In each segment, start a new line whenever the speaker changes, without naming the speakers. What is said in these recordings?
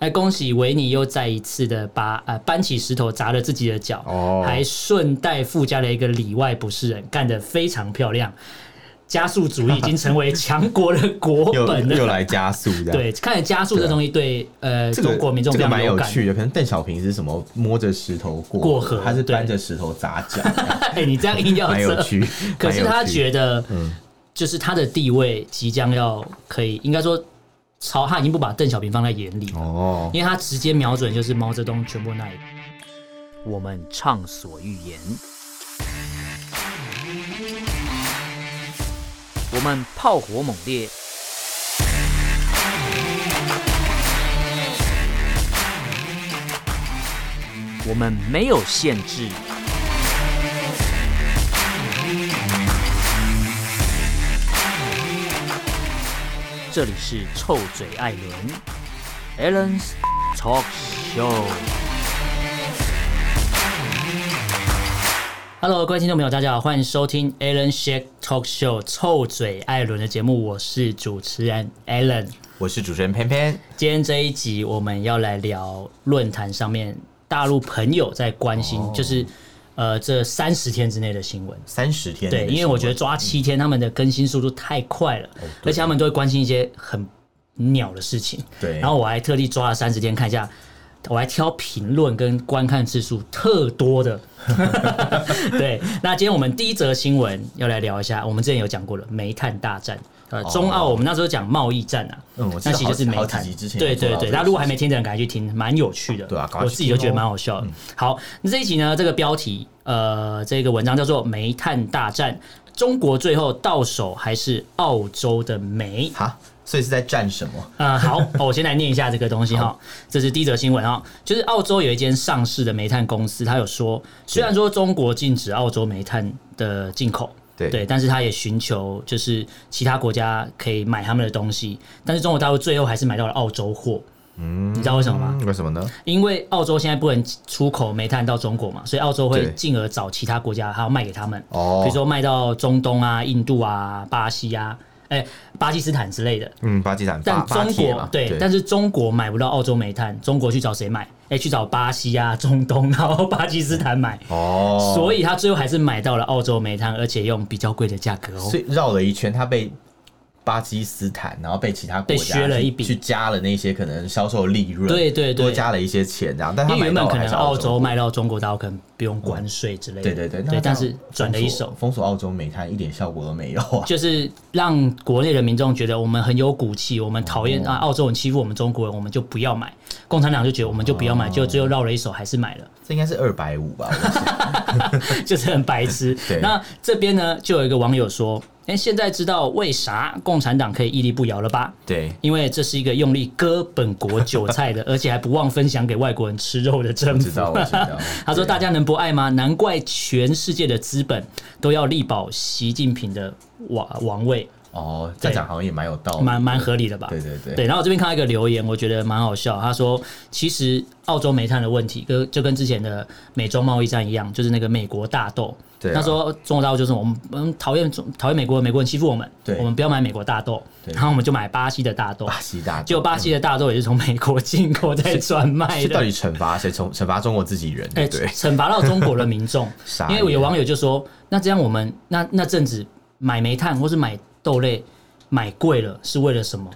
那恭喜维尼又再一次的把呃搬起石头砸了自己的脚，
哦
还顺带附加了一个里外不是人，干得非常漂亮。加速主义已经成为强国的国
又
本
又
了。
来加速这样。
对，看来加速这东西对呃
这个
中国民众
这
非
个
常
蛮有
感。
趣的，可能邓小平是什么摸着石头过
过河
他是
对
搬着石头砸 脚，
哎，你这样硬要
蛮有
这，
趣。嗯
可是他
得
觉得，就是他的地位即将要可以，应该说，曹他已经不把邓小平放在眼里了，
哦，
因为他直接瞄准就是毛泽东全部那一。我们畅所欲言，我们炮火猛烈，我们没有限制。这里是臭嘴艾伦 a l l e n s Talk Show。Hello，各位听众朋友，大家好，欢迎收听 Alan Shake Talk Show 臭嘴艾伦的节目，我是主持人 Alan。
我是主持人偏偏，
今天这一集我们要来聊论坛上面大陆朋友在关心，
哦
就是呃这三十天之内的新闻。
三十天
对，因为我觉得抓七天，他们的更新速度太快了，
嗯哦对
而且他们都会关心一些很鸟的事情。
对
然后我还特地抓了三十天看一下，我还挑评论跟观看次数特多的。 对，那今天我们第一则新闻要来聊一下，我们之前有讲过了煤炭大战。呃，中澳我们那时候讲贸易战啊，
哦嗯我记
那
得
其实就是煤
好几
炭
好几集之前有
对
做
对
到
对，
这个
大家如果
事
还没听的人，赶快去听，蛮有趣的。
对啊赶快
我
去
自己就
听
觉得
哦
蛮好笑的。好，那这一集呢，这个标题，呃，这个文章叫做《煤炭大战》，中国最后到手还是澳洲的煤。
哈，所以是在战什么？
呃，好，哦我先来念一下这个东西哈，这是第一则新闻哈，就是澳洲有一间上市的煤炭公司，它有说，虽然说中国禁止澳洲煤炭的进口。
对
对，但是它也寻求就是其他国家可以买他们的东西，但是中国大陆最后还是买到了澳洲货，嗯，你知道为什么吗？
嗯为什么呢？
因为澳洲现在不能出口煤炭到中国嘛，所以澳洲会
对
进而找其他国家，还要卖给他们，
哦
比如说卖到中东啊、印度啊、巴西啊、哎、巴基斯坦之类的。
嗯，巴基斯坦
但
巴巴
中
铁
国
嘛，
对，但是中国买不到澳洲煤炭，中国去找谁买？哎、去找巴西啊、中东，然后巴基斯坦买，
哦，
所以他最后还是买到了澳洲煤炭，而且用比较贵的价格哦。
所以绕了一圈，他被巴基斯坦，然后被其他国
被
家
削了
去
一笔
去加了那些可能销售利润，
对对对
多加了一些钱这样，但他
因为
买
原本
到
可
还
能
是
澳洲
洲。
卖到中国，大陆可能不用关税之类的。
对对对，
对，
那这样
但是转了一手
封锁，封锁澳洲煤炭一点效果都没有啊！
就是让国内的民众觉得我们很有骨气，我们讨厌、
哦
啊澳洲人欺负我们中国人，我们就不要买。共产党就觉得我们就不要
哦
买，就最后绕了一手还是买了，
这应该是二百五吧？我
就是很白痴
对。
那这边呢，就有一个网友说：“哎、现在知道为啥共产党可以屹立不摇了吧？”
对，
因为这是一个用力割本国韭菜 的，而且还不忘分享给外国人吃肉的政
我
府。
知。道，我知道 啊
他说：“大家能不爱吗？难怪全世界的资本都要力保习近平的王王位。”
哦，这样讲好像也蛮有道理，
蛮蛮合理的吧？
对对对
对，然后我这边看到一个留言，我觉得蛮好笑。他说，其实澳洲煤炭的问题，跟就跟之前的美中贸易战一样，就是那个美国大豆。
对啊
他说中国大陆就是我们我们讨厌中讨厌美国，美国人欺负我们，
对
我们不要买美国大豆，
对
然后我们就买巴西的大豆。
巴西大，
结果巴西的大豆也是从美国进口再转卖
是
的
到，底惩罚谁？惩惩罚中国自己人，对
哎，
不对？
惩罚到中国的民 众
傻，
因
眼
为有网友就说，那这样我们那那阵子买煤炭或是买豆类买贵了是为了什么？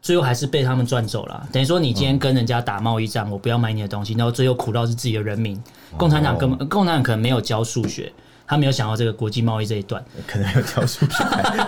最后还是被他们赚走了。啊等于说你今天跟人家打贸易战，我不要买你的东西，然后最后苦到是自己的人民。
哦
共产党根本共产党可能没有教数学，他没有想到这个国际贸易这一 段。
可能有跳出去，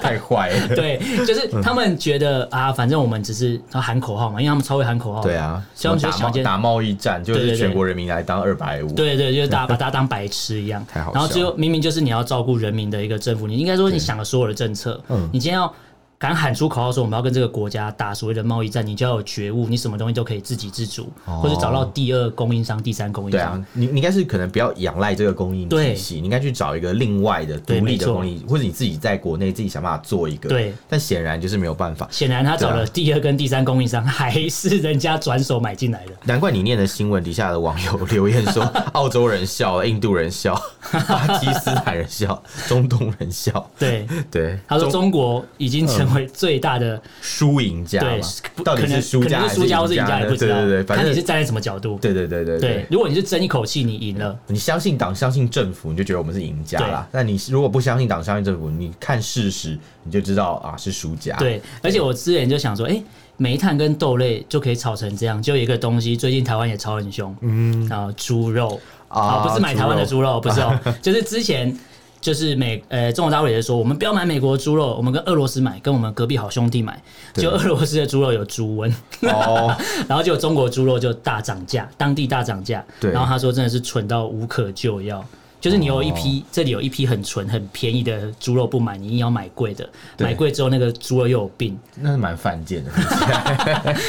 太坏了。
对，就是他们觉得啊，反正我们只是他喊口号嘛，因为他们超会喊口号。
对，啊，
所以我们
什
就
么
想见
打打贸易战，就
对对
是
对
全国人民来当二百五，
对对，就是大家把大家当白痴一样。
太好
然后
笑
只有明明就是你要照顾人民的一个政府，你应该说你想了所有的政策，
嗯
你今天要。敢喊出口号说我们要跟这个国家打所谓的贸易战，你就要有觉悟，你什么东西都可以自给自足，或者找到第二供应商、第三供应
哦对
商。
啊，你你应该是可能不要仰赖这个供应体系，你应该去找一个另外的独
对没
立的
错
供应，或者你自己在国内自己想办法做一个。
对，
但显然就是没有办法。
显、然他找
对啊
了第二跟第三供应商，还是人家转手买进 来的。
难怪你念的新闻底下的网友留言 说，澳洲人笑，印度人笑， 巴基斯坦人笑，中东人笑。
对，
对，
他说
中
中国已经成为最大的
输赢家
对
啊嘛，，
不
到
可
底
能
是输
可
家
能
还
是输家或是赢
赢
家
家
也
呢？
不
对
知道，
对对，反
看你
正
是站在什么角度。
对对对对
对，如果你是争一口气，你赢了，
你相信党，相信政府，你就觉得我们是赢家啦。那你如果不相信党，相信政府，你看事实，你就知道啊是输家。，
对，而且我之前就想说，哎、煤炭跟豆类就可以炒成这样，就有一个东西，最近台湾也炒很凶，嗯，啊，猪肉
啊
不是买台湾的
猪
猪肉，不是 哦，就是之前就是美呃中国大陆也是说，我们不要买美国猪肉，我们跟俄罗斯买，跟我们隔壁好兄弟买，就俄罗斯的猪肉有猪瘟，
哦，
然后就中国猪肉就大涨价，当地大涨价，
对
然后他说真的是蠢到无可救药。就是你有一批，
哦
这里有一批很纯、很便宜的猪肉不买，你硬要买贵的，
对
买贵之后那个猪肉又有病，
那是蛮犯 贱的。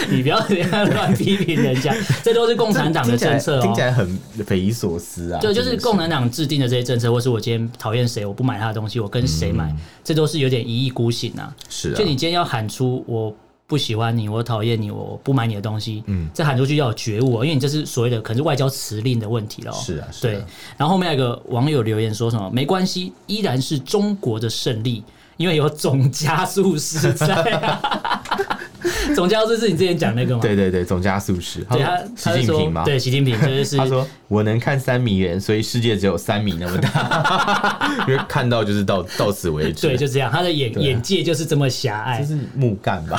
你不要这样乱批评人 家，这都是共产党的政策
听起
哦。
来很匪夷所思啊。
对，就
真
是
的
共产党制定的这些政策，或是我今天讨厌谁，我不买他的东西，我跟谁买，这都是有点一意孤行啊。
是嗯啊
就，你今天要喊出我不喜欢你，我讨厌你，我不买你的东西，嗯，这喊出去要有觉悟、哦，因为你这是所谓的可能是外交辞令的问题了、哦。
是啊是啊
对。然后后面有一个网友留言说什么没关系，依然是中国的胜利，因为有总加速师在、 啊。总加速师是你之前讲那个吗？
对对对，总加速师，
对
他
他他就
说，习近平
说，
吗？
对习近平， 这就是
他说：“我能看三米远，所以世界只有三米那么大， 因为看到就是到到此为止。
对，就这样，他的眼、
对啊
眼界就是这么狭隘
这。是木干 吧，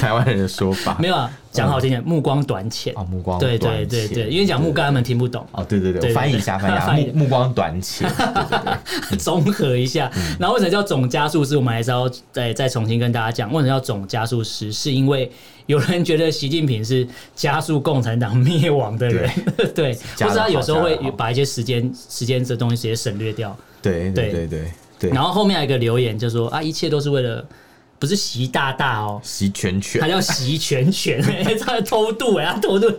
台湾人的说法。
没有啊，讲好听点，目光短浅。
嗯哦，目光
对对
短
对
浅
对，因为讲目光他们听不懂，
哦，对对对，
对
我翻译一下，
对对
翻
翻
译
译
一下，目目光短浅，对对 对
综合一下。
嗯
然后为什么叫总加速师？我们还是要再再重新跟大家讲，为什么叫总加速师？是因为有人觉得习近平是加速共产党灭亡的人， 对，
加得好
或者他有时候
加得好
会把一些时间时间这东西直接省略掉。
对对
对
对对对
然后后面还有一个留言就说啊，一切都是为了不是习大大哦，
习全
他
犬，
叫席全 全，他偷渡哎、他偷渡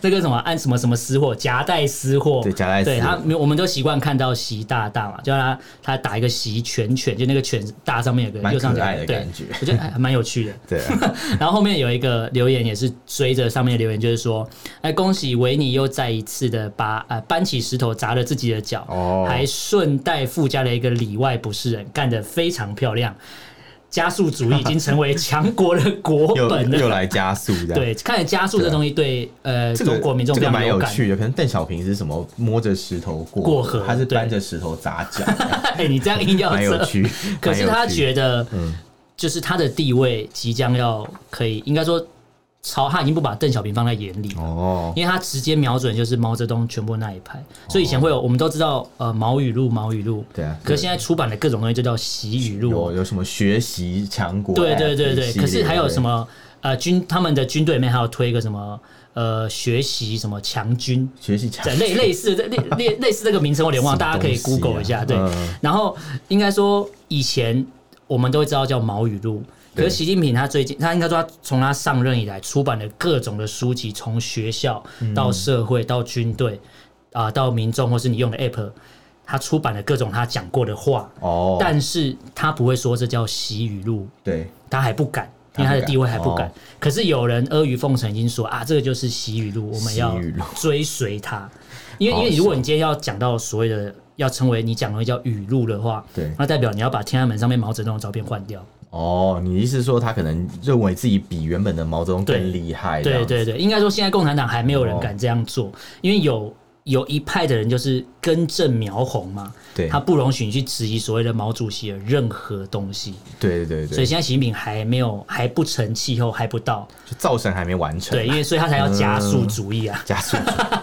那个什么按什么什么私货，夹带私货，
对夹带私货
对他没有，我们都习惯看到习大大嘛，就他他打一个席全全，就那个犬大上面有个
蛮
右上
可
角
爱的
对
感觉
我觉得还还蛮有趣的。
对啊，
然后后面有一个留言也是追着上面的留言，就是说，哎，恭喜维尼又再一次的把呃搬起石头砸了自己的脚，
哦
还顺带附加了一个里外不是人，干得非常漂亮。加速主义已经成为强国的国
又
本了，
又来加速这样。
对，看来加速这东西对呃
这个
中国民众
这
非
个
常
蛮有
感。
趣的，可能邓小平是什么摸着石头过
过河
他是
对
搬着石头砸 脚，
哎，你这样硬要
蛮有
扯，
趣。嗯
可是他
得
觉得，就是他的地位即将要可以，应该说，曹他已经不把邓小平放在眼里了。
哦，
因为他直接瞄准就是毛泽东全部那一派，所以以前会有我们都知道呃毛语录毛语录，
对啊
可是现在出版的各种东西就叫习语录
有，有什么学习强国？
对对对对，可是还有什
么？
么呃军他们的军队里面还有推一个什么呃学习什么强军，
学习强
对，类类似类类类似这个名称，我有点忘了，
什么
大家可以
东西
Google
啊
一下。对
嗯，
然后应该说以前我们都会知道叫毛语录，可
对
是习近平他最近，他应该说他从他上任以来出版的各种的书籍，从学校
嗯
到社会到军队啊、到民众或是你用的 App，他出版了各种他讲过的话，
哦，
但是他不会说这叫习语录，
对
他还不敢。因为他的地位还不敢，
哦
可是有人阿谀奉承，已经说啊，这个就是习语录，我们要
习语录
追随他。因为
好
因为
笑
如果你今天要讲到所谓的要成为你讲的叫语录的话，
对
那代表你要把天安门上面毛泽东的照片换掉。
哦，你意思说他可能认为自己比原本的毛泽东更厉害？这
对
样子
对对，应该说现在共产党还没有人敢这样做，
哦
因为有有一派的人就是根正苗红嘛，
对
他不容许你去质疑所谓的毛主席的任何东西，
对对对
所以
对，
现在习近平还没有还不成气候，还不到，
就造神还没完成，
对，因为所以他才要加速
嗯
主义啊。
加速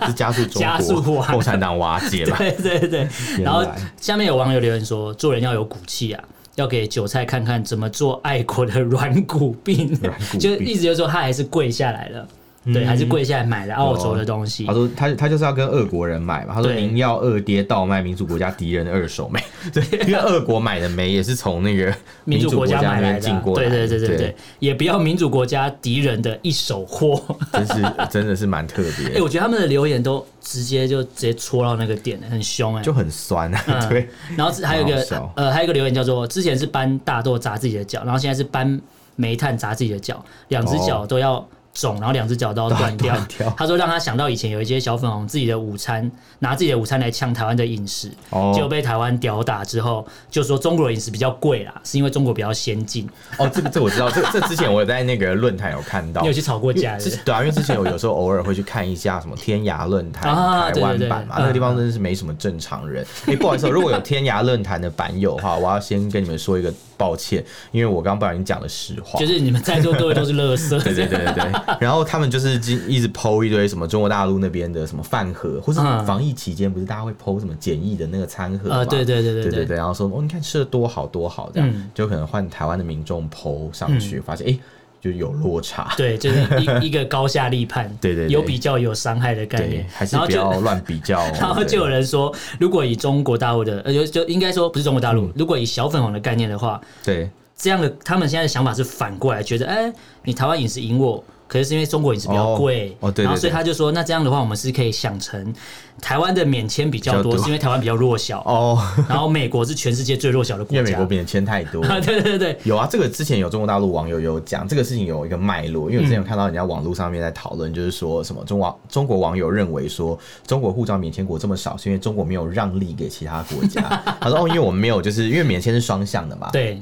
是加速 中
加速
国
瓦
共产党瓦解了。
对对对，然后
原来
下面有网友留言说，做人要有骨气啊，要给韭菜看看怎么做爱国的软骨病
软骨，病嗯
就意思就是说他还是跪下来了，对，还是跪下来买了澳洲的东西
啊他。说他他就是要跟俄国人买嘛，他说
对
您要俄爹倒卖民主国家敌人的二手煤， 对，因为俄国买的煤也是从那个
民主
主
国
家
家
那
买
边
来的
进
啊，
过来
对
的，
对对对对，也不要民主国家敌人的一手 货。
真是真的是蛮特别
哎，
的，
我觉得他们的留言都直接就直接戳到那个点，很凶哎。
就很酸啊，
嗯
对，
然后是还有一
好
个
笑
呃，还有一个留言叫做之前是搬大豆砸自己的脚，然后现在是搬煤炭砸自己的脚，两只
哦
脚都要肿，然后两只脚都要断掉
断掉。
他说让他想到以前有一些小粉红自己的午餐，拿自己的午餐来呛台湾的饮食，
哦
结果被台湾屌打之后，就说中国的饮食比较贵啦，是因为中国比较先进。
哦，这个这个我知道，这这之前我在那个论坛有看到
你有，去吵过
因
架
为
对
之
不对
前对啊，因为之前我有时候偶尔会去看一下什么天涯论坛、
啊
台湾
对对对
版嘛，
嗯
那个地方真的是没什么正常人。哎、不好意思哦，如果有天涯论坛的版友哈，我要先跟你们说一个抱歉，因为我刚不小心讲了实话。
就是你们在座各位都是乐色，
对对对对对，然后他们就是一直剖一堆什么中国大陆那边的什么饭盒，或是
嗯
防疫期间不是大家会剖什么简易的那个餐盒嘛？
呃，对对对
对
对
对对，然后说哦，你看吃的多好多好，这样、
嗯
就可能换台湾的民众剖上去，发现哎、诶就有落 差，
对，就是一一个高下立判，
对对对
有比较有伤害的概
对
念，，
还是
然后
不
就。
要乱比较、哦
然后
对
就有人说，如果以中国大陆的，呃，就就应该说不是中国大
嗯
陆，如果以小粉红的概念的话，
对
这样的他们现在的想法是反过来，觉得，哎、你台湾饮食赢我，可是是因为中国饮食比较贵、
哦哦对对
然后所以
对
他就说，那这样的话，我们是可以想成台湾的免签比较
比较
多，
多
是因为台湾比较弱小，
哦，
然后美国是全世界最弱小的
因
国
为美
家
国。免签太多
。啊，对对对，
有啊，这个之前有中国大陆网友有讲这个事情有一个脉络，因为我之前有看到人家网络上面在讨论，就是说什么中网中国网友认为说中国护照免签国这么少，是因为中国没有让利给其他 国家。他说哦，因为我们没有，就是因为免签是双向的嘛，
对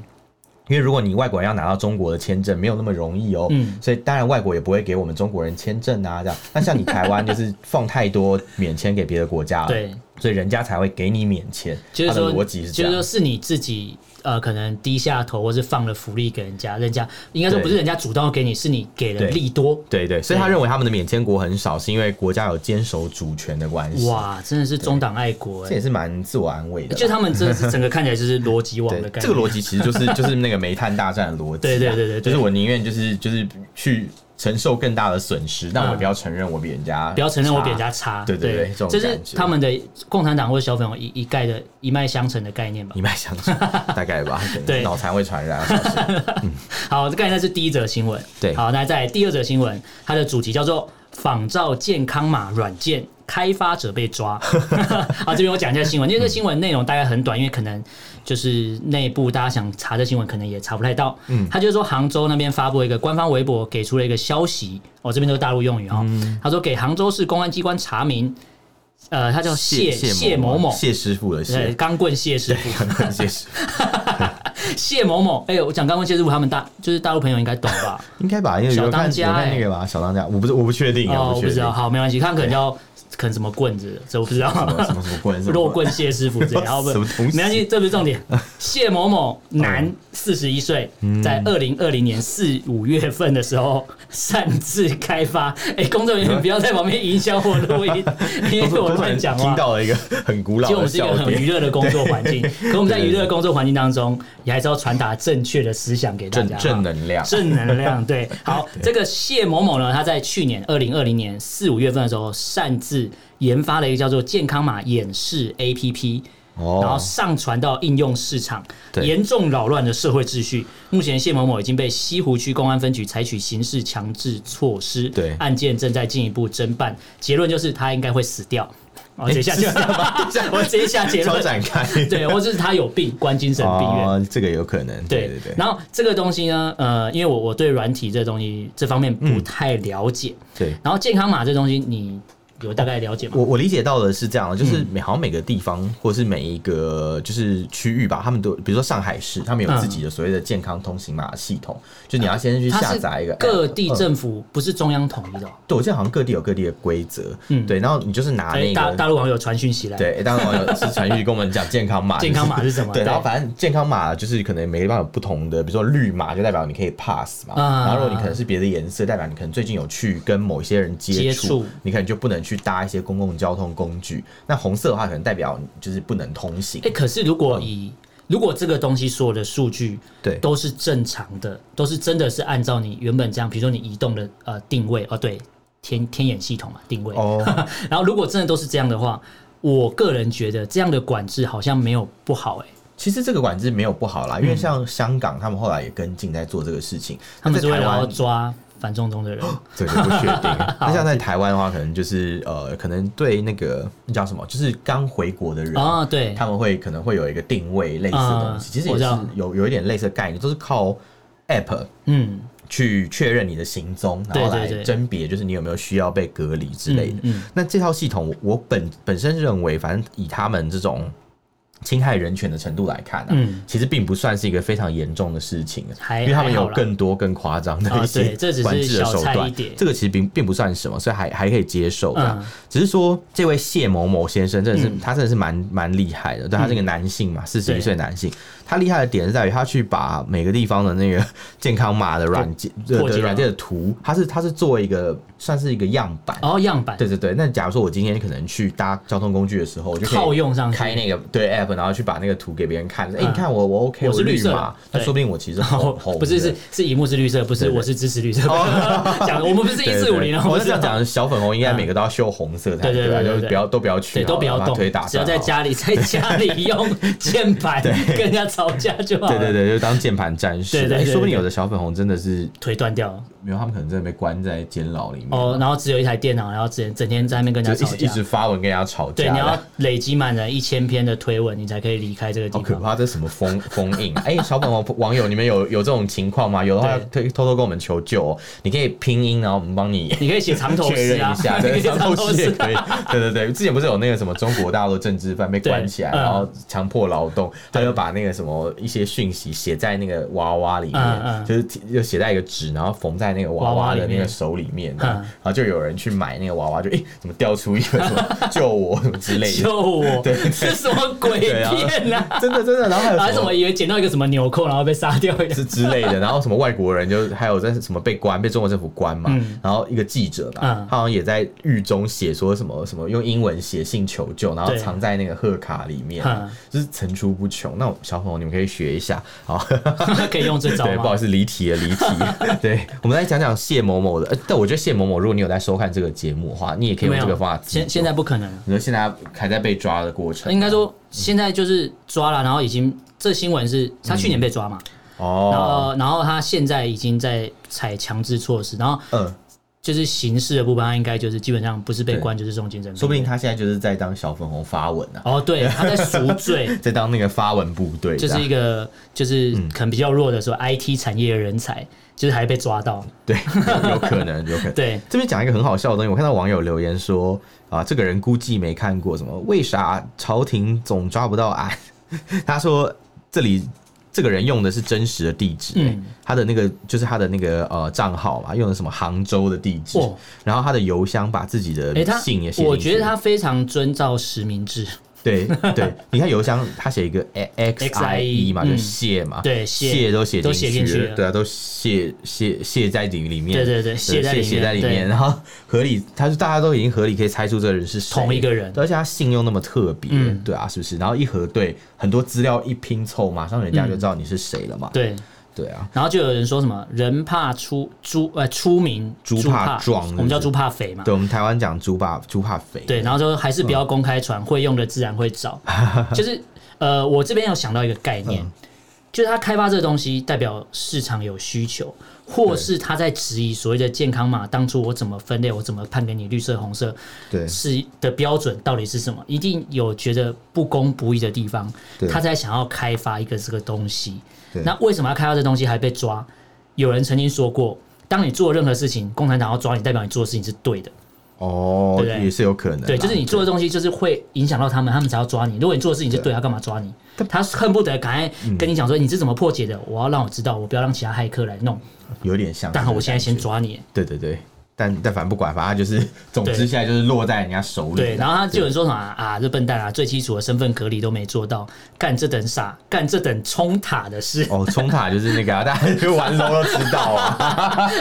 因为如果你外国人要拿到中国的签证，没有那么容易哦。
嗯
所以当然外国也不会给我们中国人签证啊，这样。那像你台湾就是放太多免签给别的国家 了，
对，
所以人家才会给你免签。
就是
他的
说，
逻辑是这
就是
样。
说是你自己呃，可能低下头，或是放了福利给人家，人家应该说
对
不是人家主动给你，是你给了
对
利多。
对对，所以他
对
认为他们的免签国很少，是因为国家有坚守主权的关系。
哇，真的是中党爱国、
这
欸，
也是蛮自我安慰的啦。
就他们真的是整个看起来就是逻辑网的
对，
概念。
这个逻辑其实就是 就是那个煤炭大战的逻辑啊、
对对对对对
就是我宁愿就是就是去承受更大的损失，但我也不要承认我比人家
嗯不要承认我比人
差
家差，
对对对这种
这是
感觉
他们的共产党或者小粉红一一概的一脉相承的概念吧。
一脉相承，大概吧。可能
对
脑残会传染。啊小心
好，这概念是第一则新闻。
对
好，那在第二则新闻，它的主题叫做“仿照健康码软件开发者被抓” 。啊，这边我讲一下新闻，因为这新闻内容大概很短，因为可能就是内部大家想查的新闻可能也查不太到。嗯，他就说杭州那边发布一个官方微博，给出了一个消息，我、哦、这边都是大陆用语哦。他说给杭州市公安机关查明，呃，他 叫谢谢某某。
谢师傅的
呃，
谢，
钢棍谢师傅，
谢师傅
谢某某，哎、我讲钢棍谢师傅，他们大就是大陆朋友应该懂吧？
应该吧？因为
小
有
当
看
家
有看
欸
那个吧，小当家，我不是我不确定啊，
哦，我
确
不知
定
道，好，没关系，他可能叫可能什么棍子，这我不知
什么
道。
什么什么棍，什么
肉棍谢师傅之类，然后不
什么东西嗯
没关系，这不是重 点。谢某某男，四十一岁，在二零二零年四五月份的时候擅自开发。哎，工作人
嗯
员不要在旁边影响我录 音，因为我
突
乱
然
讲
听
话。
到了一个很古老
其实我
的
们是一个
笑
很娱
点，
乐的工作环 境，可我们在娱乐的工作环境当中，也还是要传达正确的思想给大
正
家。
正能量。
正能量， 对。好，这个谢某某呢，他在去年二零二零年四五月份的时候，擅自研发了一个叫做健康码演示 APP。然后
哦，
上传到应用市场，
对
严重扰乱了社会秩序。目前谢某某已经被西湖区公安分局采取刑事强制措施，
对
案件正在进一步侦办。结论就是他应该会死掉。哦，直接 下结
哎
论 吧，我直接下结
超
论。
展开，
对，或者是他有病，关精神病院。
哦，这个有可能，对
对
对对
然后这个东西呢，呃，因为我我对软体这东西这方面不太了解，
对。
然后健康码这东西你有大概了解吗？
我我理解到的是这样
嗯
的，就是每好像每个地方或是每一个就是区域吧，他们都比如说上海市，他们有自己的所谓的健康通行码系统，就你要先去
嗯它
下
是
载一个 app，
各地
嗯
政府不是中央统一的哦，
对，我记得好像各地有各地的规则，
嗯
对，然后你就是拿
哎
啊那
大
个。
大陆网友传讯息来，
对，当然网友是传讯息跟我们讲健康码，
健康码
就是
什么
对，
对
然后反正健康码就是可能每个地方有不同的，比如说绿码就代表你可以 pass 嘛，
啊
然后如果你可能是别的颜色，代表你可能最近有去跟某一些人接
接
触
触，
你可能就不能去搭一些公共交通工具。那红色的话，可能代表你就是不能通行
哎、。可是如果以、如果这个东西所有的数据
嗯对
都是正常的，都是真的是按照你原本这样，比如说你移动的呃定位哦，对，天天眼系统嘛定位，
哦，
然后如果真的都是这样的话，我个人觉得这样的管制好像没有不好哎、
其实这个管制没有不好啦，因为像香港他们后来也跟进在做这个事情，
他们
那
是
在
为了
台湾
要抓反中东的人，
这个不确定。 那像在台湾的话，可能就是呃，可能对那个那叫什么，就是刚回国的 人。
哦，对，
他们会可能会有一个定位类似的东西，
嗯
其实也
我知
是
道
有有一点类似的概念，都是靠 app
嗯，
去确认你的行踪，然后
对
来
对对
甄别就是你有没有需要被隔离之类的。
嗯嗯
那这套系统，我本本身认为，反正以他们这种侵害人权的程度来看啊，
嗯
其实并不算是一个非常严重的事情，啊
还
因为他们
还
有
好啦
更多更夸张的
啊
一些
对这只是
管制的
小
手
菜
段，
一碟
这个其实并并不算什么，所以还还可以接受的。
嗯
只是说，这位谢某某先生真的是、他真的是蛮蛮厉害的，对他是个男性嘛，四十一
嗯对
岁男性，他厉害的点是在于他去把每个地方的那个健康码的软件的
破解
的
了
软件的图，他是他是作为一个算是一个样板。
然后样板
对对对，那假如说我今天可能去搭交通工具的时候，我就可以
套用上去
开那个对 app，然后去把那个图给别人看，哎、
嗯
你看我我 OK，
我是绿
绿
色的
码，那
对
说不定我其实
然后
红红的
哦不是是是荧幕是绿色，不是
对哦对
我是支持绿色。 讲我们不是一四五零啊，
我是
是
这样讲，小粉红应该每个都要修红色才
对对
吧？
对对
就是不要都不要去
对，
好了，
都不要
把
动
腿打，断
只要在
好了
家里，在家里 用键盘跟人家吵架就好了。
对对对，就当键盘战士。
对对对
哎
对
说不定有的小粉红真的是，
腿断掉了
没有他们可能真的被关在监牢里面，
哦，然后只有一台电脑，然后整整天在那边跟
就
人家
一
吵
直一
架。
直发文跟人家吵架。
对，你要累积满了一千篇的推文，你才可以离开这个
好
地
可
方。
怕，这是什么封 封印啊？哎、小粉红网友，你们有有这种情况吗？有的话，可以偷偷跟我们求救哦。你可以拼音，然后我们 帮你
你可以写长头
确
诗
认
啊
一下，，
你可
对，
以写
长头
头
诗也
诗。
可以。对对对，之前不是有那个什么中国大陆政治犯被关起来，
啊对嗯
然后强迫劳动，他就把那个什么一些讯息写在那个娃娃里
嗯
面，
嗯
就是就写在一个纸，然后缝在那个娃娃的那个手里面，
娃娃里面
然后就有人去买那个娃娃，就诶哎怎么掉出一个什么 救我什么之类的。
救 我！
对对
是什么鬼片啊？
真的真的，然后还有
还是我以为捡到一个什么纽扣，然后被杀掉 一样。
之之类的，然后什么外国人就还有在什么被关，被中国政府关嘛，
嗯
然后一个记者吧，
嗯
他好像也在狱中写说什么什么用英文写信求救，然后
对
藏在那个贺卡里面
嗯，
就是层出不穷。那小朋友你们可以学一下啊，好
可以用这招
对，不好
吗
意？思，离题了，离 题。对，我们来讲讲谢某某的，呃但我觉得谢某某，如果你有在收看这个节目的话，你也可以用这个方法自救。
现现在不可能了。
你说现在还在被抓的过程，
应该说现在就是抓了，然后已经这新闻是他去年被抓嘛，然
哦，
后然后他现在已经在采强制措施，然后
嗯，
就是刑事的部分，他应该就是基本上不是被关就是重金证，
说不定他现在就是在当小粉红发文啊，。
哦对，他在赎罪
在当那个发文部队这
就
样，
是一个，就是可能比较弱的说 IT 产业的人才，就是还被抓到，
对，有有可能，有可能。
对，
这边讲一个很好笑的东西，我看到网友留言说啊，这个人估计没看过什么，为啥朝廷总抓不到俺？ 他说这里。这个人用的是真实的地址、
嗯
他的那个就是他的那个呃账号嘛，用的什么杭州的地址，
哦
然后他的邮箱把自己的
哎、他
信也写进去。
我觉得他非常遵照实名制，
对对，你看邮箱他写一个 x i e
XIE
嘛，
嗯
就谢嘛，
对谢
谢都写
都写进去
去了，
了
对啊，都谢谢谢在里里面，
对对对谢在里面
谢写在里
对
面，然后合理，他说大家都已经合理可以猜出这个人是谁
同一个人
对而且他信用那么特别，
嗯
对啊，是不是？然后一核对，很多资料一拼凑，马上人家就知道你是谁了嘛，
嗯对，
对啊，
然后就有人说什么“人怕出猪呃出名，
猪怕壮是不是
我们叫猪怕肥嘛。
对我嗯们台湾讲猪怕猪怕肥，
对，然后就还是不要公开传，会用的自然会 找。就是呃，我这边有想到一个概
嗯
念，就是他开发这个东西，代表市场有需求，或是他在质疑所谓的健康码，当初我怎么分类，我怎么判给你绿色、红色
对
是的标准到底是什么？一定有觉得不公不义的地方
对，
他才想要开发一个这个东西
对。
那为什么要开发这东西还被抓？有人曾经说过，当你做任何事情，共产党要抓你，代表你做的事情是对的。
哦，
对不对
也是有可能啦，
对，就是你做的东西，就是会影响到他们，他们才要抓你。如果你做的事情是对，他干嘛抓你？他嗯恨不得赶快跟你讲说你是怎么破解的，我要让我知道，我不要让其他骇客来弄。
有点像，
但好，我现在先。抓你。
对对对，但但反正不管，反正就是，总之
对
现在就是落在人家手里。
对，然后他就有人说什么啊啊，这笨蛋啊，最基础的身份隔离都没做到，干这等傻，干这等冲塔的事，
哦，冲塔就是那个、啊， 大家去玩 LO 都知道啊，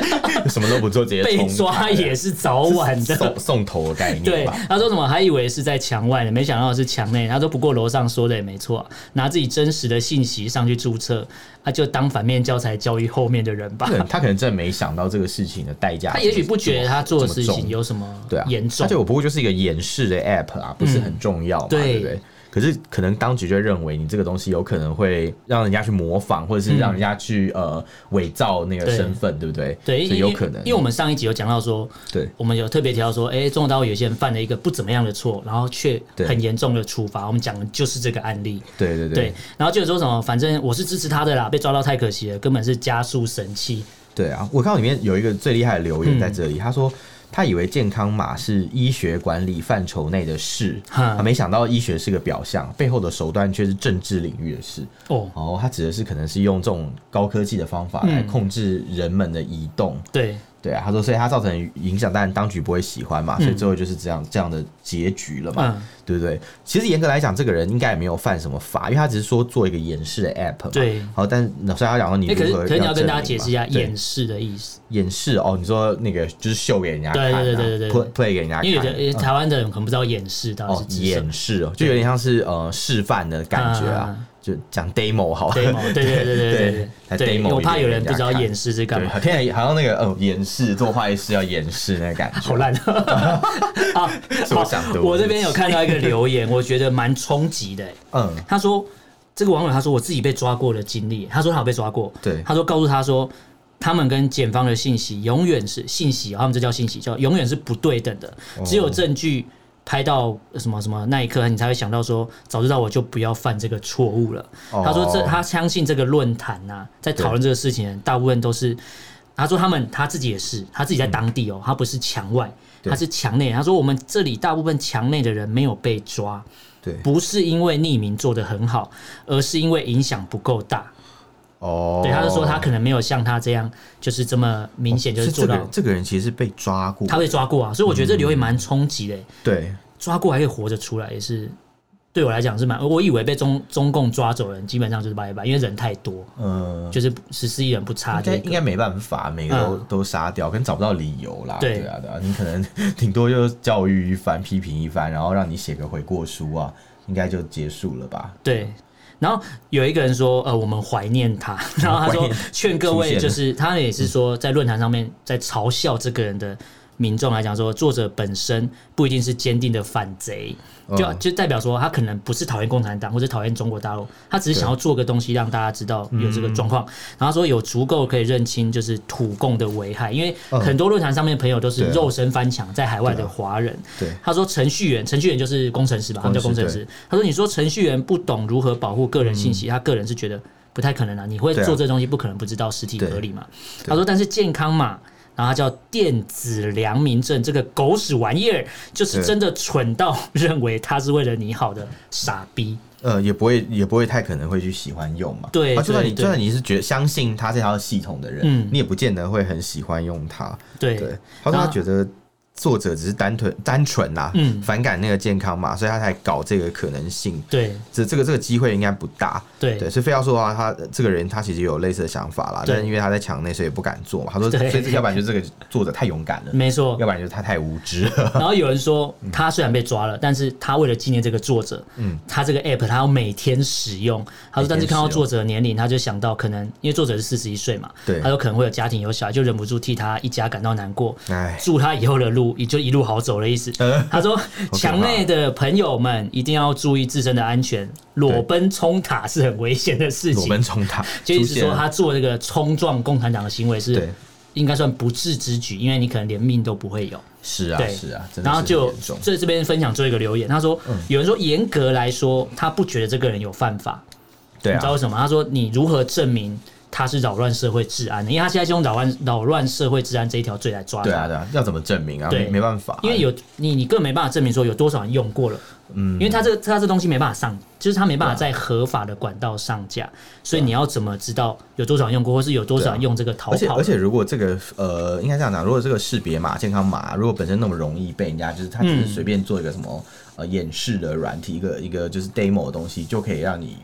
什么都不做，直 接
被
冲
抓也是早晚的
送。送头的概念
对
吧。，
他说什么？还以为是在墙外呢，没想到是墙内。他说不过楼上说的也没错啊、拿自己真实的信息上去注册，他、就当反面教材教育后面的人吧
他。可能他可能真的没想到这个事情的代价，
他也许不觉得他做的事
这么
情
重
有什么
对啊
严重嗯
而且，我不过就是一个演示的 app 啊，不是很重要嘛，
对
对不对？可是可能当局就会认为你这个东西有可能会让人家去模仿，或者是让人家去、呃伪造那个
嗯对
身份，对不对？
对，因
所
为
以有可能，
因为我们上一集有讲到说，
对
我们有特别提到说，哎、中国大陆有些人犯了一个不怎么样的错，然后却
对
很严重的处罚。我们讲的就是这个案例。
对对
对，然后就有说什么，反正我是支持他的啦，被抓到太可惜了，根本是加速神器。
对啊，我看到里面有一个最厉害的留
嗯
言在这里，他说他以为健康码是医学管理范畴内的事，
哈
啊，没想到医学是个表象，背后的手段却是政治领域的事。
哦，嗯
哦，他指的是可能是用这种高科技的方法来控制人们的移动，
对，
对啊，他说，所以他造成影响，当然当局不会喜欢嘛，所以最后就是这样这样的结局了嘛，
嗯，
对不对？其实严格来讲，这个人应该也没有犯什么法，因为他只是说做一个演示的 app 嘛。
对
好，但是所以他讲说你
哎，
如
可是
何要证明嘛、
可是你要跟大家解释一下
对
演示的意思，
演示哦，你说那个就是秀给人家看、啊，
对对对对对
p l a y play 给人家啊看，
因为有的呃台湾的人可能不知道演示到底
哦
是指什么
演示哦，就有点像是呃示范的感觉啊，
嗯
就讲 demo 好了
demo，对对对对对
来
对对，
demo
我怕
一点
有人不知道
给人家看
演示是干
对，
嘛，
好像好像那个哦演示做坏事要演示那个感觉，
好烂啊！好
是我想 多
我这边有看到一个 留言，我觉得蛮冲击的欸、
嗯。
他说，这个网友他说我自己被抓过的经历，他说他有被抓过，
对
他说告诉他说，他们跟检方的信息永远是信息，他们这叫信息，叫永远是不对等的，
哦
只有证据。拍到什么什么那一刻，你才会想到说，早知道我就不要犯这个错误了。
哦
他说这他相信这个论坛呐，在讨论这个事情的人，大部分都是他说他们他自己也是，他自己在当地哦，他不是墙外，
对
他是墙内。他说我们这里大部分墙内的人没有被抓，
对
不是因为匿名做得很好，而是因为影响不够大。
哦，
对，他就说他可能没有像他这样，就是这么明显就是做到。
这个这个人其哦实是被抓过，
他被抓过啊，所以我觉得这留言蛮冲击
嗯
的欸、
对
抓过还可以活着出来，也是对我来讲是蛮。我以为被中中共抓走的人基本上就是拜拜，因为人太多，
呃，
就是十四亿人不差
应该
这
啊应
个。
该没办法，每个都、
嗯
都杀掉，可能找不到理由啦。
对
对啊，对啊，你可能 顶多就教育一番、批评一番，然后让你写个悔过书啊，应该就结束了吧？
对。然后有一个人说，呃，我们怀念他。然后他说
嗯怀念，
劝各位
出现了嗯
就是，他也是说，在论坛上面在嘲笑这个人的民众来讲说，作者本身不一定是坚定的反贼，就
嗯
就代表说他可能不是讨厌共产党或者讨厌中国大陆，他只是想要做个东西让大家知道
嗯
有这个状况。然后说有足够可以认清就是土共的危害，因为很多论坛上面的朋友都是
嗯对啊
肉身翻墙在海外的华人，
对啊
他说程序员，程序员就是工程师吧，他们叫工程
工
师。他说你说程序员不懂如何保护个人信息，他个人是觉得不太可能啊，你会
对啊
做这东西不可能不知道实体
对
合理嘛？他说但是健康码，然后他叫电子良民证这个狗屎玩意儿，就是
对
真的蠢到认为他是为了你好的傻逼。
呃，也不会也不会太可能会去喜欢用嘛。
对
啊，就算
对
你
对
就算你是觉相信他这套系统的人，
嗯
你也不见得会很喜欢用它。
对
对，他说
那
他觉得作者只是单纯单纯啦，
嗯
反感那个健康码，所以他才搞这个可能性。
对
这这个这个机会应该不大，
对
对，所以非要说的话，他这个人他其实有类似的想法啦，
对
但是因为他在墙内，所以也不敢做嘛。他说，所
对
以这要不然就是这个作者太勇敢了，
没错。
要不然就是他太无知 了。
然后有人说，
嗯
他虽然被抓了，但是他为了纪念这个作者，他这个 app 他要每天使用。他说，但是看到作者的年龄，他就想到可能因为作者是四十一岁嘛，
对
他有可能会有家庭有小孩，就忍不住替他一家感到难过。
哎，
祝他以后的路也就一路好走的意 思。他说，墙内的朋友们一定要注意自身的安全，裸奔冲塔是很危险的事
裸
情。
奔冲塔，
就意思
出现
说，
了
他做这个冲撞共产党的行为是
对，
应该算不智之举，因为你可能连命都不会有。
是啊
对，
是啊，真的是
然后就
很严重嗯
在这边分享最后一个留言，他说、有人说严格来说，他不觉得这个人有犯法，
对
你知道
啊，
为什么？他说你如何证明他是扰乱社会治安呢？因为他现在是用扰乱扰乱社会治安这一条罪来抓他。
对啊，对啊，要怎么证明啊？
对
没没办法啊，
因为有你，你根本没办法证明说有多少人用过了，嗯，因为他这个他这东西没办法上，就是他没
啊
办法在合法的管道上架，所以你要怎么知道有多少人用过，或是有多少人用这个逃
啊而且
跑
而？且，如果这个呃，应该这样讲，如果这个识别码、健康码，如果本身那么容易被人家，就是他只是随便做一个什么、呃演示的软体，一个一个就是 demo 的东西，就可以让你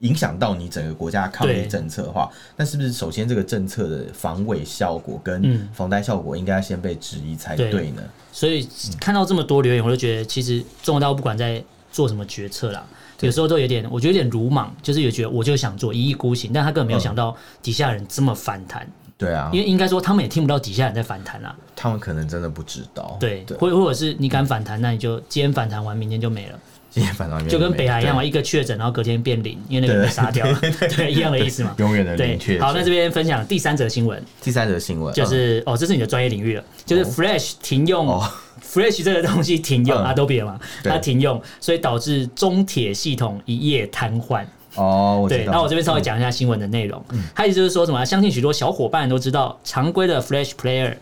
影响到你整个国家抗
对
疫政策的话，那是不是首先这个政策的防伪效果跟
嗯
防呆效果应该先被质疑才
对
对呢？
所以看到这么多留言，我就觉得其实中国大陆不管在做什么决策啦，有时候都有点，我觉得有点鲁莽，就是也觉得我就想做一意孤行，但他根本没有想到底下人这么反弹，
对啊
因，为应该说他们也听不到底下人在反弹啦，
他们可能真的不知道。
对，
对，
或或者是你敢反弹，那你就今天反弹完，明天就没了。
今天反而
就跟北韩一样嘛，
对
一个确诊，然后隔天变零，因为那个人被杀掉了， 对，一样的意 思嘛。
永远的
对
明确。，
好，那这边分享第三则新闻，
第三则新闻
就
嗯
是、哦，这是你的专业领域了，就是 Flash 停用、
哦
Flash 这个东西停用、
嗯
Adobe 嘛，
对
它停用，所以导致中铁系统一夜瘫痪。
哦，我
对，
知
那
道。嗯
我这边稍微讲一下新闻的内容。它意思就是说什么啊？相信许多小伙伴都知道，常规的 Flash Player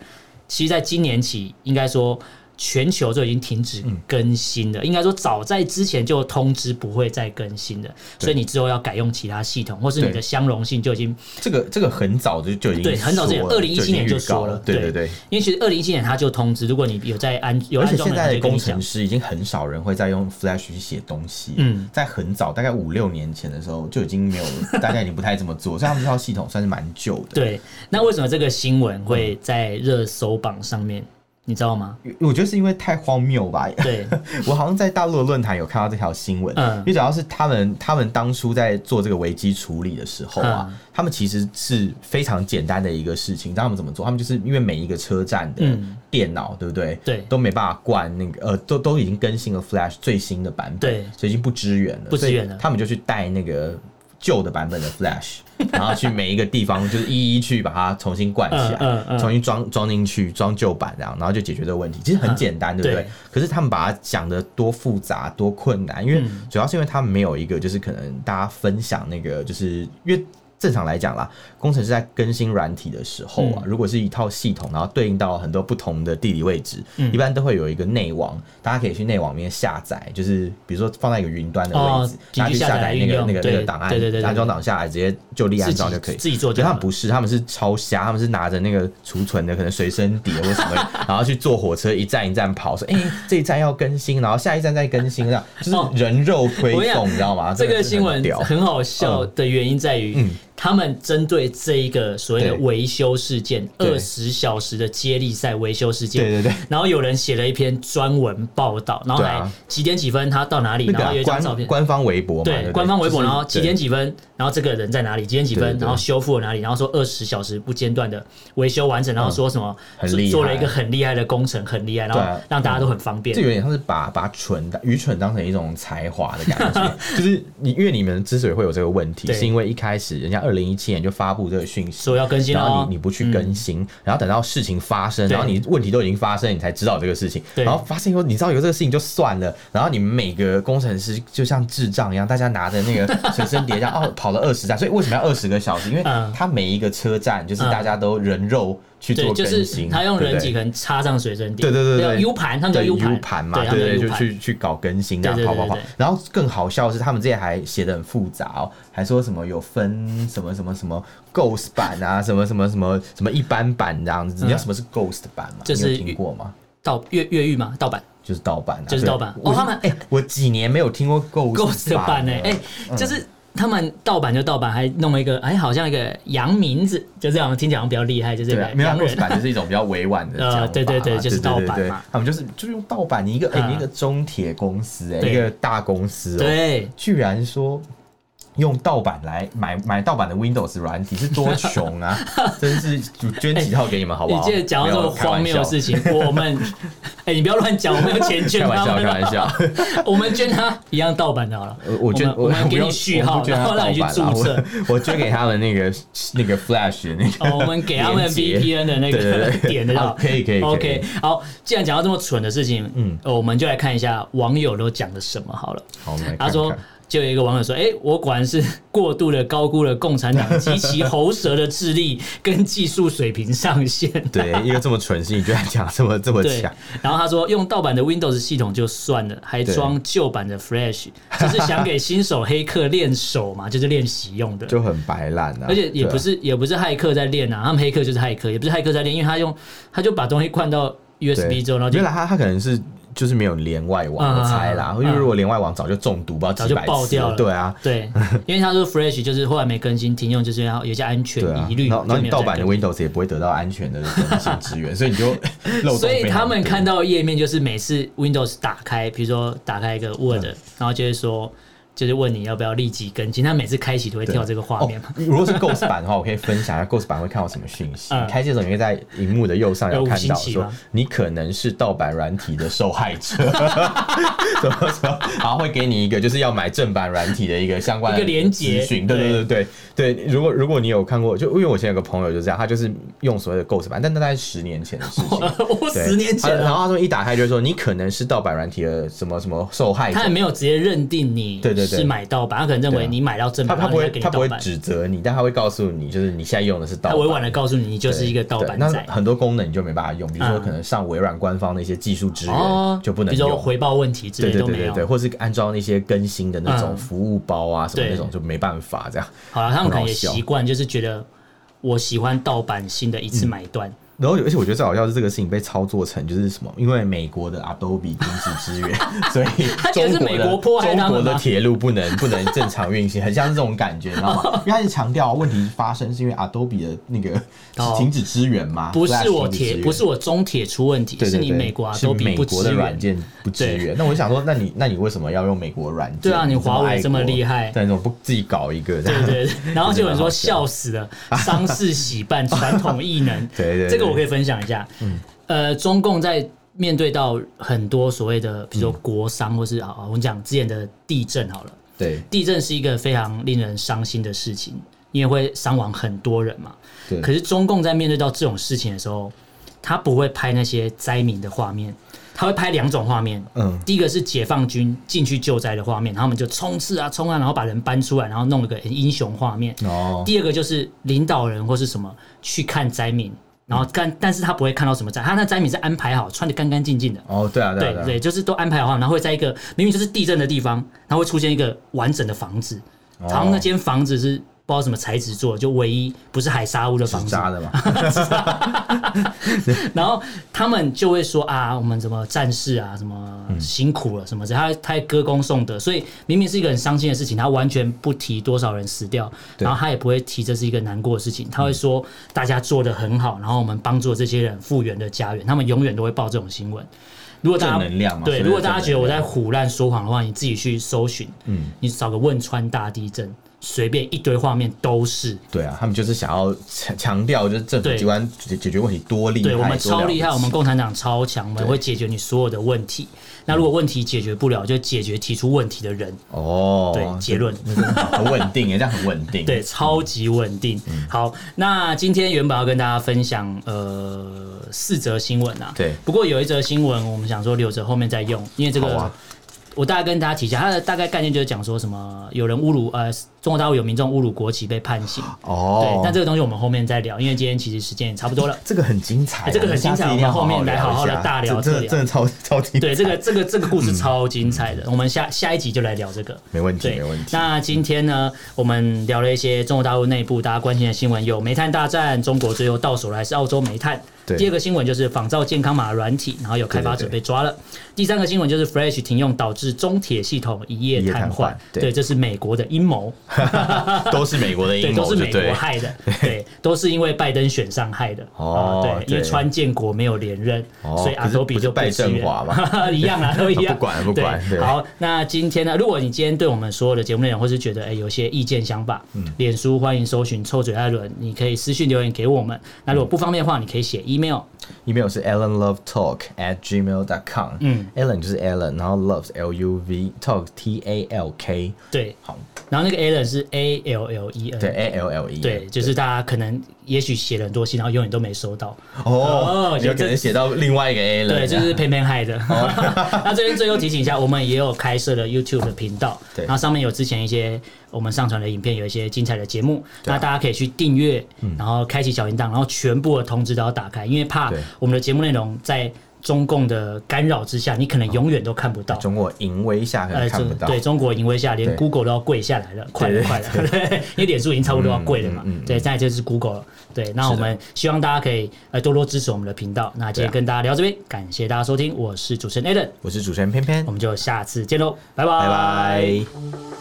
其实在今年起，应该说全球就已经停止
嗯
更新了。应该说早在之前就通知不会再更新了，所以你之后要改用其他系统，或是你的
对
相容性就已经
这个这个很早就就已经
对很早之前
说了
2017
已经
年就
预告
说了
了，对
对
对对。
因为其实二零一七年它就通知，如果你有在安有
而
安
且
装
现
的，它
在
就
的
跟
工
你讲
程。师已经很少人会再用 Flash 去写东西，
嗯
嗯，在很早，大概五六年前的时候就已经 没有，大家已经不太这么做，所以他们这套系统算是蛮旧的。
对，那为什么这个新闻会在热搜榜上面？你知道吗？
对，我觉得是因为太荒谬吧，
对，
我好像在大陆的论坛有看到这条新闻，
嗯
因为主要是他们他们当初在做这个危机处理的时候啊，
嗯
他们其实是非常简单的一个事情，你知道他们怎么做？他们就是因为每一个车站的
嗯
电脑，对不对？
对
都没办法灌那个呃，都都已经更新了 Flash 最新的版本，
对
所以已经不支援了，
不支援了
所以他们就去带那个。旧的版本的 Flash，然后去每一个地方就是一一去把它重新灌起来，
嗯嗯嗯
重新装装进去，装旧版这样，然后就解决这个问题。其实很简单，对不对？
嗯对
可是他们把它讲的多复杂、多困难，因为
嗯
主要是因为他们没有一个就是可能大家分享那个，就是因为正常来讲啦，工程师在更新软体的时候
嗯
啊，如果是一套系统，然后对应到很多不同的地理位置，
嗯
一般都会有一个内网，大家可以去内网里面下载，就是比如说放在一个云端的位
哦，
置然后
紧急
去
下载
下载那个
应用
那个
对
那个档案，
对对对对
安装档下来，直接就地安
自
装
己
就可以。
自己做
可
就
他
好
们
了。
不是，他们是超瞎，他们是拿着那个储存的可能随身碟或什么， 然后去坐火车一站一站跑，说哎、这一站要更新，然后下一站再更新，这样
哦
就是人肉推
我跟你
送，
讲
你知道吗？
这
真
个
的是
新
很
闻
屌嗯
很好笑的原因在于，他们针对这一个所谓的
对
维修事件，
对
二十小时的接力赛维修事件，
对对对
然后有人写了一篇专文报道，然后
对
还
啊
几点几分他到哪里，
那个
然
啊
后有一张照
官
片。
官方微博嘛，对不
对，
对，
官方微博，
就是
然后几点几分，然后这个人在哪里，几点几
对
分，
对对
然后修复了哪里，然后说二十小时不间断的维修完成，然后说什么
嗯很
做
厉害
做了一个很厉害的工程，很厉害，然
对
后
啊
让大家都很方便
这。有点像是把把蠢的愚蠢当成一种才华的 感觉，就是你因为你们之所以会有这个问题，
对
是因为一开始人家二零一七年就发布这个讯息，
说要更新
然后
了，
你你不去更新，然后等到事情发生，然后
对
你问题都已经发生，你才知道这个事情，
对
然后发现以后你知道有这个事情就算了，然后你们每个工程师就像智障一样，大家拿着 那个随身碟这样哦跑了二十站，所以为什么要二十个小时？因为
嗯
它每一个车站就是
嗯
大家都人肉去做
对，就
更
是
新，
他用
对不
人
对
体可能插上水蒸碟，
对对对对
那个 U 盘，他们叫
对
嗯 U 盘
盘嘛，
他们
对
叫
就
U 盘，
去去搞更新这样
对对
跑
对
跑跑
对对。
然后更好笑的是，他们这些还写的很复杂哦，还说什么有分什么什么什么 Ghost 版啊，什么什么什么什么一般版这样子。你知道什么是 Ghost 版吗？
嗯就
你
是
有听过吗？
盗越越狱嘛，盗版
就是盗版啊，
就是
对
盗版
我
哦他们
哎，我几年没有听过
Ghost
Ghost
版呢，
了
哎，
嗯
就是。他们盗版就盗版，还弄了一个，哎，好像一个洋名字，就这样听起来好像比较厉害，就这
对
个
啊，没有
洋
Ghost
人。
版就是一种比较委婉的
呃
讲法嘛，
对对对就是盗版嘛啊嗯
对对对他们就是就用盗版，你一个哎，你一个中铁公司哎，
对
一个大公司哦，
对，
居然说用盗版来买买盗版的 Windows 软体是多穷 啊！真是就捐几套给你们好不
你
好？
记得讲到哎这么荒谬的事情，我 们，哎，你不要乱讲，我们有钱
没
捐
有开
他
玩笑，
们，
开玩笑，开玩笑。
我们捐他一样盗版的好了。
我我捐
我们我们
不
给
用
你序号
我不捐
然后
他
让你去
盗版啦啊
注册
我我捐给他们那个那个 Flash 的 那个。
哦，我们给他们
连接
VPN 的那
对
个
对 对
点的就好
好可以可以可以
OK，好，既然讲到这么蠢的事情，嗯，我们就来看一下网友都讲的什么好了。
好，我们来看
他
看
说，就有一个网友说：“哎、我果然是过度的高估了共产党及其喉舌的智力跟技术水平上限。”
对，一个这么蠢的事情居然讲这么这么
对
强，，
然后他说用盗版的 Windows 系统就算了，还
对
装旧版的 Flash，就是想给新手黑客练手嘛，就是练习用的。
就很白烂啊！
而且也
对啊
不是、也不是骇客在练啊，他们黑客就是骇客，也不是骇客在练，因为他用他就把东西灌到
对
USB 之后，然后就
原来他他可能是就是没有连外网，
嗯
我猜啦，
嗯
因为如果连外网早就中毒，不知道
早
几
就
百
爆
次
掉了。
对啊，
对，因为他说 Flash 就是后来没更新停用，就是要有一些安全
对啊
疑虑、，
然后然后
就没有
你
再
盗版的
更新
Windows 也不会得到安全的更新支援，所以你就漏洞
所以
非
他
常
们
多
看到页面就是每次 Windows 打开，比如说打开一个 Word，、然后就会说。就是问你要不要立即更新，他每次开启都会跳这个画面嘛
哦。如果是 Ghost 版的话，我可以分享一下 Ghost 版会看到什么讯息。
嗯
你开机的时候，你会在荧幕的右上角
有五
看
星
到
旗
说
吗
你可能是盗版软体的受害者， 什么什么，然后会给你一个就是要买正版软体的一个相关的
一个连结
资讯。对对对对对，如果如果你有看过，就因为我以前有个朋友就这样，他就是用所谓的 Ghost 版，但那大概是十年前的事 情。
我
哦对
十年前啊
他然
了，
后他们一打开就会说你可能是盗版软体的什么什么受害者
他也，没有直接认定你
对对对
是买盗版，他可能认
对
为
啊
你买到正
他
版，
他
然
不
后人
会
家给
他
你
不
盗
会
版，
指责你，但他会告诉你，就是你现在用的是盗
他
版。
委婉的告诉你，你就是一个盗
对
版
那
仔。
很多功能你就没办法用，比如说
嗯
可能上微软官方的一些技术支
哦
援，就不能
比如
用。
说回报问题之
对
类
对
都
对
没
对
有
对，。或是安装那些更新的那种
嗯
服务包啊什么
对
那种就没办法这样。
好了，他们可能也
很好笑
习惯，就是觉得我喜欢盗版新的，一次买断。
然后，而且我觉得最好笑的是这个事情被操作成就是什么，因为美国的 Adobe 停止 支援，所以
他觉得
中
是
国
美
的
国迫害他
中
们吗
国的铁路不能不能正常运行，很像是这种感觉，你知 道吗？因为他是强调问题发生是因为 Adobe 的那个
哦
停止支援嘛，
不是我
嗯 Flash 停止支
铁，
援
不是我中铁出问题，
对对
是
对，
你美国啊
是
都比
美
不
国
支
的软
援。
件不支
对
援。那我就想说，那你那你为什么要用美国软件？
对啊你
这么
华为
爱
这么
国
厉害
但你怎么不自己搞一个？这
对
样
对，对，然后就有人说
真的好笑
笑死了，丧事喜办，传统异能。
对对对嗯
这个我可以分享一下。呃，中共在面对到很多所谓的，比如
嗯
说国商或是啊，我们讲之前的地震好了，
对
地震是一个非常令人伤心的事情，因为会伤亡很多人嘛。
对
可是中共在面对到这种事情的时候，他不会拍那些灾民的画面，他会拍两种画面。
嗯，
第一个是解放军进去救灾的画面，然后他们就冲刺啊冲啊，然后把人搬出来，然后弄了个很英雄画面。
哦，
第二个就是领导人或是什么去看灾民，然后看，但是他不会看到什么灾，他那灾民是安排好，穿的干干净净的。
哦，对啊，对
对
啊，
对，
啊，
就是都安排好，然后会在一个明明就是地震的地方，然后会出现一个完整的房子，
哦
然后那间房子是不知道什么材质做的，就唯一不是海沙屋的
纸
房子，
扎的嘛，
然后他们就会说啊，我们怎么战士啊，什么辛苦了什么
嗯
之类，他他还歌功颂德，所以明明是一个很伤心的事情，他完全不提多少人死掉，
对嗯
然后他也不会提这是一个难过的事情，他会说大家做的很好，然后我们帮助这些人复原的家园，他们永远都会报这种新闻。如果大
正
家
能量嘛。
对，
所以
如果大家
正能
觉得我在
量
胡乱说谎的话，你自己去搜寻，嗯，你找个汶川大地震，随便一堆画面都是。
对啊，他们就是想要强强调，就是政府
对
机关解解决问题多厉害，
对我们
多了
超
不
厉害，
起
我们共产党超强，我们
对
会解决你所有的问题。那如果问题解决不了，就解决提出问题的人。
哦，
对，结论
这个 很稳定耶，这样很稳定。
对，超级稳定。
嗯
好，那今天原本要跟大家分享呃四则新闻啊，
对
不过有一则新闻我们想说留着后面再用，因为这个
好啊
我大概跟大家提一下，它的大概概念就是讲说什么有人侮辱呃中国大陆有民众侮辱国旗被判刑。对
哦，，
但这个东西我们后面再聊，因为今天其实时间也差不多了。
这个很精彩啊，
哎这个很精彩
下次一定要
我们后
好
面来
聊一
好好地
下
大聊
这
特
真的
聊
真的超超精彩。
对，这个这个这个故事超精彩的，我们下下一集就来聊这个。
嗯没问题，
对
没问，题。
那今天呢，我们聊了一些中国大陆内部大家关心的新闻，有煤炭大战，中国最后到手了还是澳洲煤炭？
对
第二个新闻就是仿造健康码软体，然后有开发者
对对对
被抓了。第三个新闻就是 Flash 停用导致中铁系统一夜
一夜
瘫
瘫
痪
痪，对
对，这是美国的阴谋。
都是美国的
对，
阴
都
谋，
是
就
美
对
国。害的，对，都是因为拜登选上害的。啊
哦
对，因为
对
川建国没有连任，
哦
所以
可
阿
是
多比
不是
就
拜
支援
振 华嘛
一样啦，啊 都一样。
不管不管
对
对
好，那今天呢，如果你今天对我们所有的节目内容，或是觉得哎有些意见想法，
嗯
脸书欢迎搜寻臭嘴艾伦，你可以私信留言给我们。那如果不方便的话，你可以写 email。
email 是 allenlovetalk at gmail dot com，
嗯
嗯，allen 就是 allen，然后 loves l u v talk t a l k，
对，
好，
然后那个 Allen 是 A L L E N。
对 a l l e，
对，就是大家可能也许写了很多信，然后永远都没收到。哦
哦，有
有这
可能写到另外一个 allen，
对，就是偏偏害的。
哦
那这边最后提醒一下，我们也有开设了 YouTube 的频道，
对
然后上面有之前一些我们上传的影片，有一些精彩的节目，
对啊嗯
那大家可以去订阅，然后开启小铃铛，然后全部的通知都要打开，因为怕
对
我们的节目内容在中共的干扰之下，你可能永远都看不到。
中国淫威下可能看
中
不到，
哎对中国淫威下，连
对
Google 都要跪下来了，快了
对
快了，对， 因为脸书已经差不多要跪了嘛
嗯嗯嗯，嗯
对，现在就是 Google 了，对，那我们希望大家可以呃多多支持我们的频道。那今天
对啊
跟大家聊这边，感谢大家收听，我是主持人 Allen，
我是主持人偏偏
哦我，们就下次见喽，拜拜
拜拜。